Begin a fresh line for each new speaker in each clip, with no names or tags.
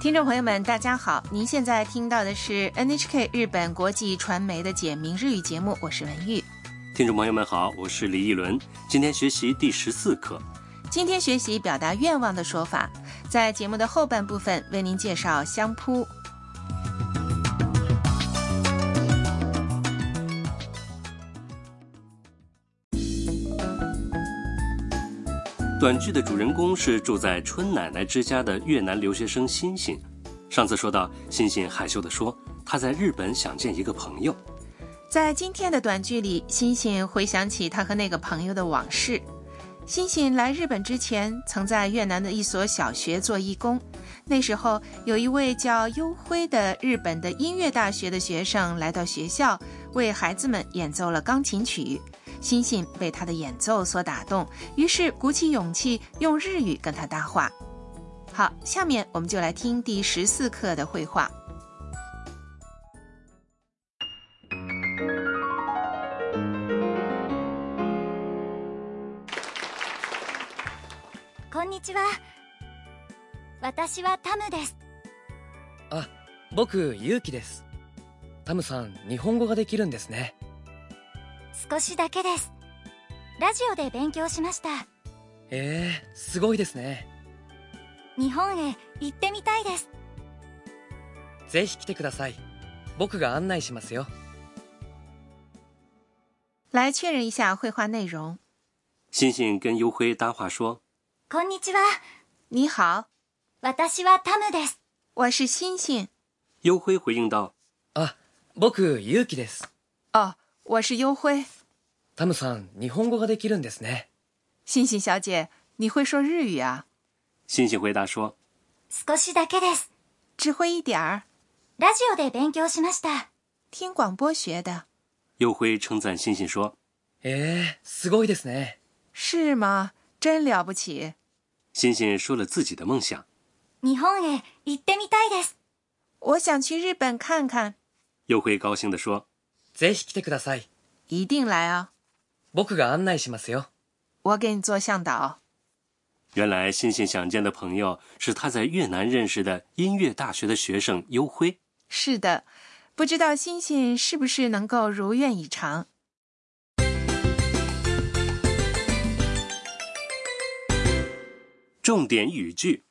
听众朋友们，大家好！您现在听到的是 NHK 日本国际传媒的简明日语节目，我是文玉。
听众朋友们好，我是李一伦，今天学习第十四课。
今天学习表达愿望的说法，在节目的后半部分为您介绍相扑。
短剧的主人公是住在春奶奶之家的越南留学生欣欣。上次说到，欣欣害羞地说，她在日本想见一个朋友。
在今天的短剧里，欣欣回想起她和那个朋友的往事。欣欣来日本之前，曾在越南的一所小学做义工。那时候，有一位叫优辉的日本的音乐大学的学生来到学校，为孩子们演奏了钢琴曲。欣欣被他的演奏所打动，于是鼓起勇气用日语跟他搭话。好，下面我们就来听第十四课的绘画。
こんにちは。私はタムです。
あ、僕、ゆうきです。タムさん、日本語ができるんですね。
少しだけです。ラジオで勉強しました。
ええすごいですね。
日本へ行ってみたいです。
ぜひ来てください。僕が案内しますよ。
来确认一下绘画内容。
欣欣跟优辉搭话说
こんにちは。
你好，
私はタムです。
我是欣欣。：“
优辉回应道，
あ、僕、ゆうきです。
哦，我是优辉。
タムさん、日本語ができるんですね。
欣欣小姐，你会说日语啊？
欣欣回答说
少しだけです。
只会一点儿，
ラジオで勉強しました。
听广播学的，：“
优辉称赞欣欣说。
ええすごいですね。
是吗？真了不起！”
欣欣说了自己的梦想。
日本へ行ってみたいです。
我想去日本看看，
优辉高兴地说
ぜひ来てください。
一定来啊！
僕が案内しますよ。
我给你做向导。：“
原来欣欣想见的朋友是她在越南认识的音乐大学的学生优辉。
是的，不知道欣欣是不是能够如愿以偿？
重点语句。”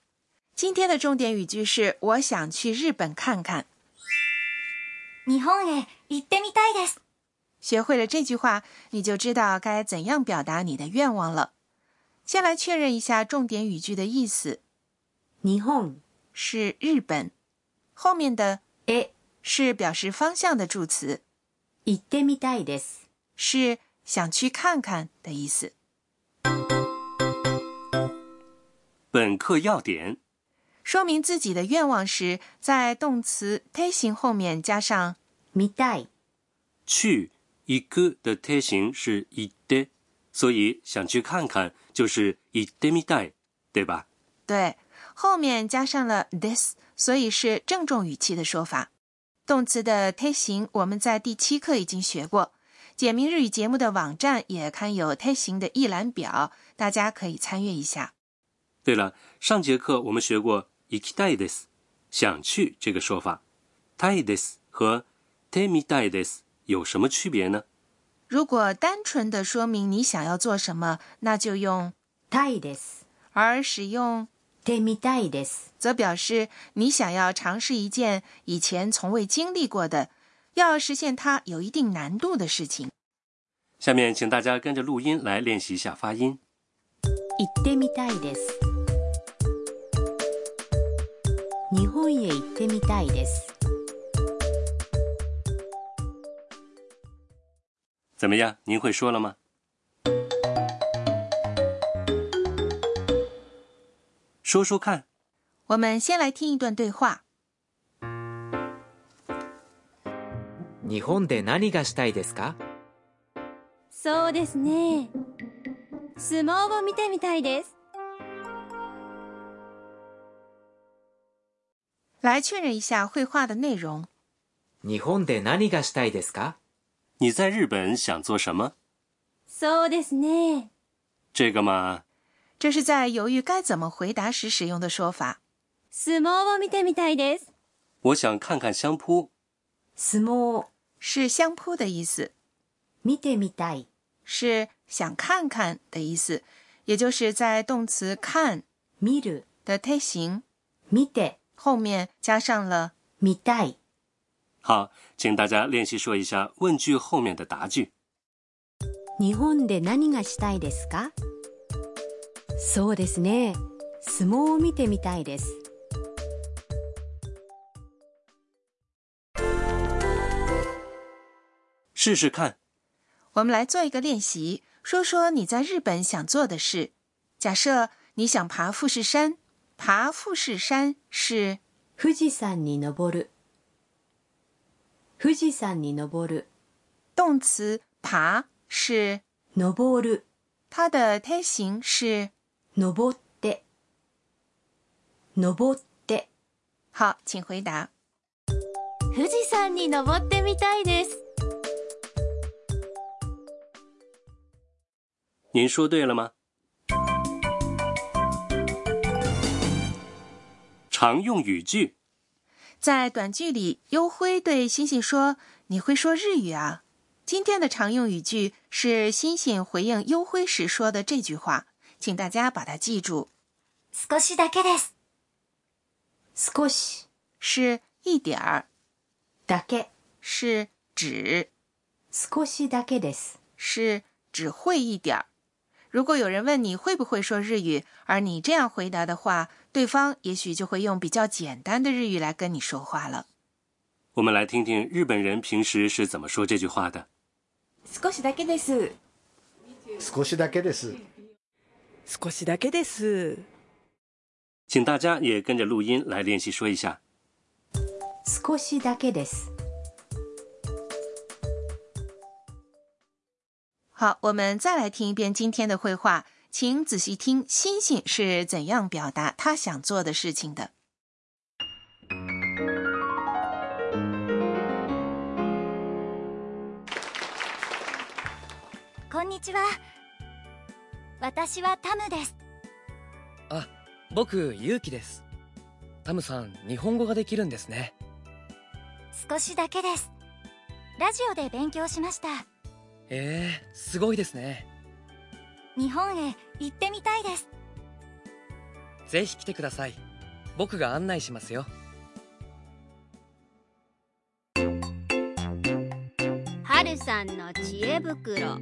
今天的重点语句是：我想去日本看看。
日本へ行ってみたいです。
学会了这句话，你就知道该怎样表达你的愿望了。先来确认一下重点语句的意思
日本
是日本，后面的
へ
是表示方向的助词，
行ってみたいです。
是想去看看的意思。
本课要点：
说明自己的愿望时，在动词 t 形后面加上
見たい、
去 i k 的贴形是 i d 所以想去看看就是 i d e m i d a 对吧？
对，后面加上了 this，所以是郑重语气的说法。动词的 t 形我们在第七课已经学过，简明日语节目的网站也刊有 t 形的一览表，大家可以参阅一下。
对了，上节课我们学过 “ikidai des” 想去这个说法，“tai des” 和 “temidai des” 有什么区别呢？
如果单纯的说明你想要做什么，那就用；
たいです。
而使用
てみたいです。
则表示你想要尝试一件以前从未经历过的，要实现它有一定难度的事情。
下面请大家跟着录音来练习一下发音。
行ってみたいです。日本へ行ってみたいです。
怎么样？您会说了吗？说说看，
我们先来听一段对话。
日本で何がしたいですか
そうですね。相撲を見てみたいです。
来确认一下绘画的内容。
日本で何がしたいですか
你在日本想做什么？
そうですね。
这个嘛，
这是在犹豫该怎么回答时使用的说法。
相撲を見てみたいです。
我想看看相扑。
相撲、
是相扑的意思，
見てみたい、
是想看看的意思，也就是在动词“看
見る、”
的推形
見て、
后面加上了
見たい、
好，请大家练习说一下问句后面的答句。
日本で何がしたいですかそうですね相撲を見てみたいです
试试看。
我们来做一个练习，说说你在日本想做的事。假设你想爬富士山，爬富士山是
富士山に登る富士山に登る
动词“爬”，是
登る
它的推形是。
登って登って
好，请回答。
富士山に登ってみたいです。
您说对了吗？常用语句，
在短剧里，优辉对星星说：“你会说日语啊？”今天的常用语句是星星回应优辉时说的这句话，请大家把它记住，
少しだけです。
少し
是一点儿，
だけ
是只，
少しだけです
是只会一点儿。如果有人问你会不会说日语，而你这样回答的话，对方也许就会用比较简单的日语来跟你说话了。
我们来听听日本人平时是怎么说这句话的。
少しだけです
少しだけです
少しだけです
请大家也跟着录音来练习说一下。
少しだけです
好，我们再来听一遍今天的绘画，请仔细听星星是怎样表达他想做的事情的。
こんにちは。私はタムです。
あ僕勇気ですタムさん日本語ができるんですね
少しだけです。ラジオで勉強しました。
えー、すごいですね
日本へ行ってみたいです。
ぜひ来てください僕が案内しますよ
はるさんの知恵袋。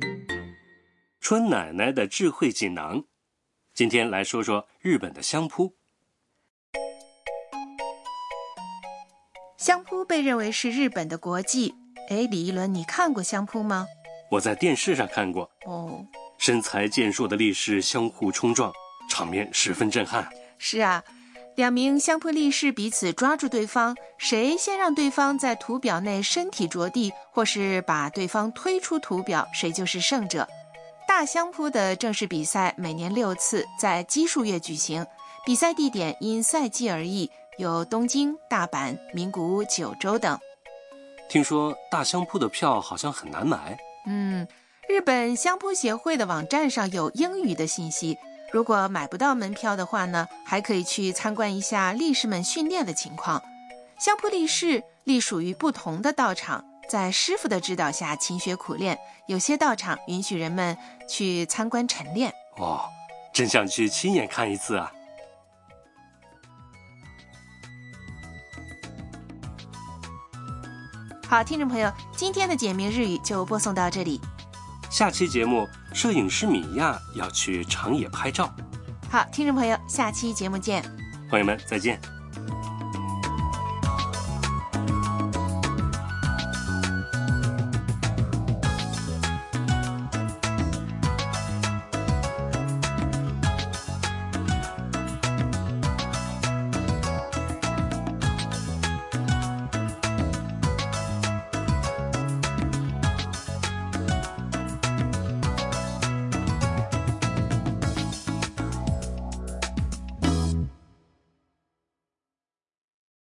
春奶奶的智慧锦囊，今天来说说日本的相扑。
相扑被认为是日本的国技。哎，李一伦，你看过相扑吗？
我在电视上看过，
哦，
身材健硕的力士相互冲撞，场面十分震撼。
是啊，两名相扑力士彼此抓住对方，谁先让对方在图表内身体着地，或是把对方推出图表，谁就是胜者。大相扑的正式比赛每年六次，在奇数月举行，比赛地点因赛季而异，有东京、大阪、名古屋、九州等。
听说大相扑的票好像很难买，
嗯，日本相扑协会的网站上有英语的信息。如果买不到门票的话呢，还可以去参观一下力士们训练的情况。相扑力士隶属于不同的道场，在师傅的指导下勤学苦练。有些道场允许人们去参观晨练。
哦，真想去亲眼看一次啊！
好，听众朋友，今天的简明日语就播送到这里。
下期节目，摄影师米娅要去长野拍照，
好，听众朋友，下期节目见。
朋友们再见。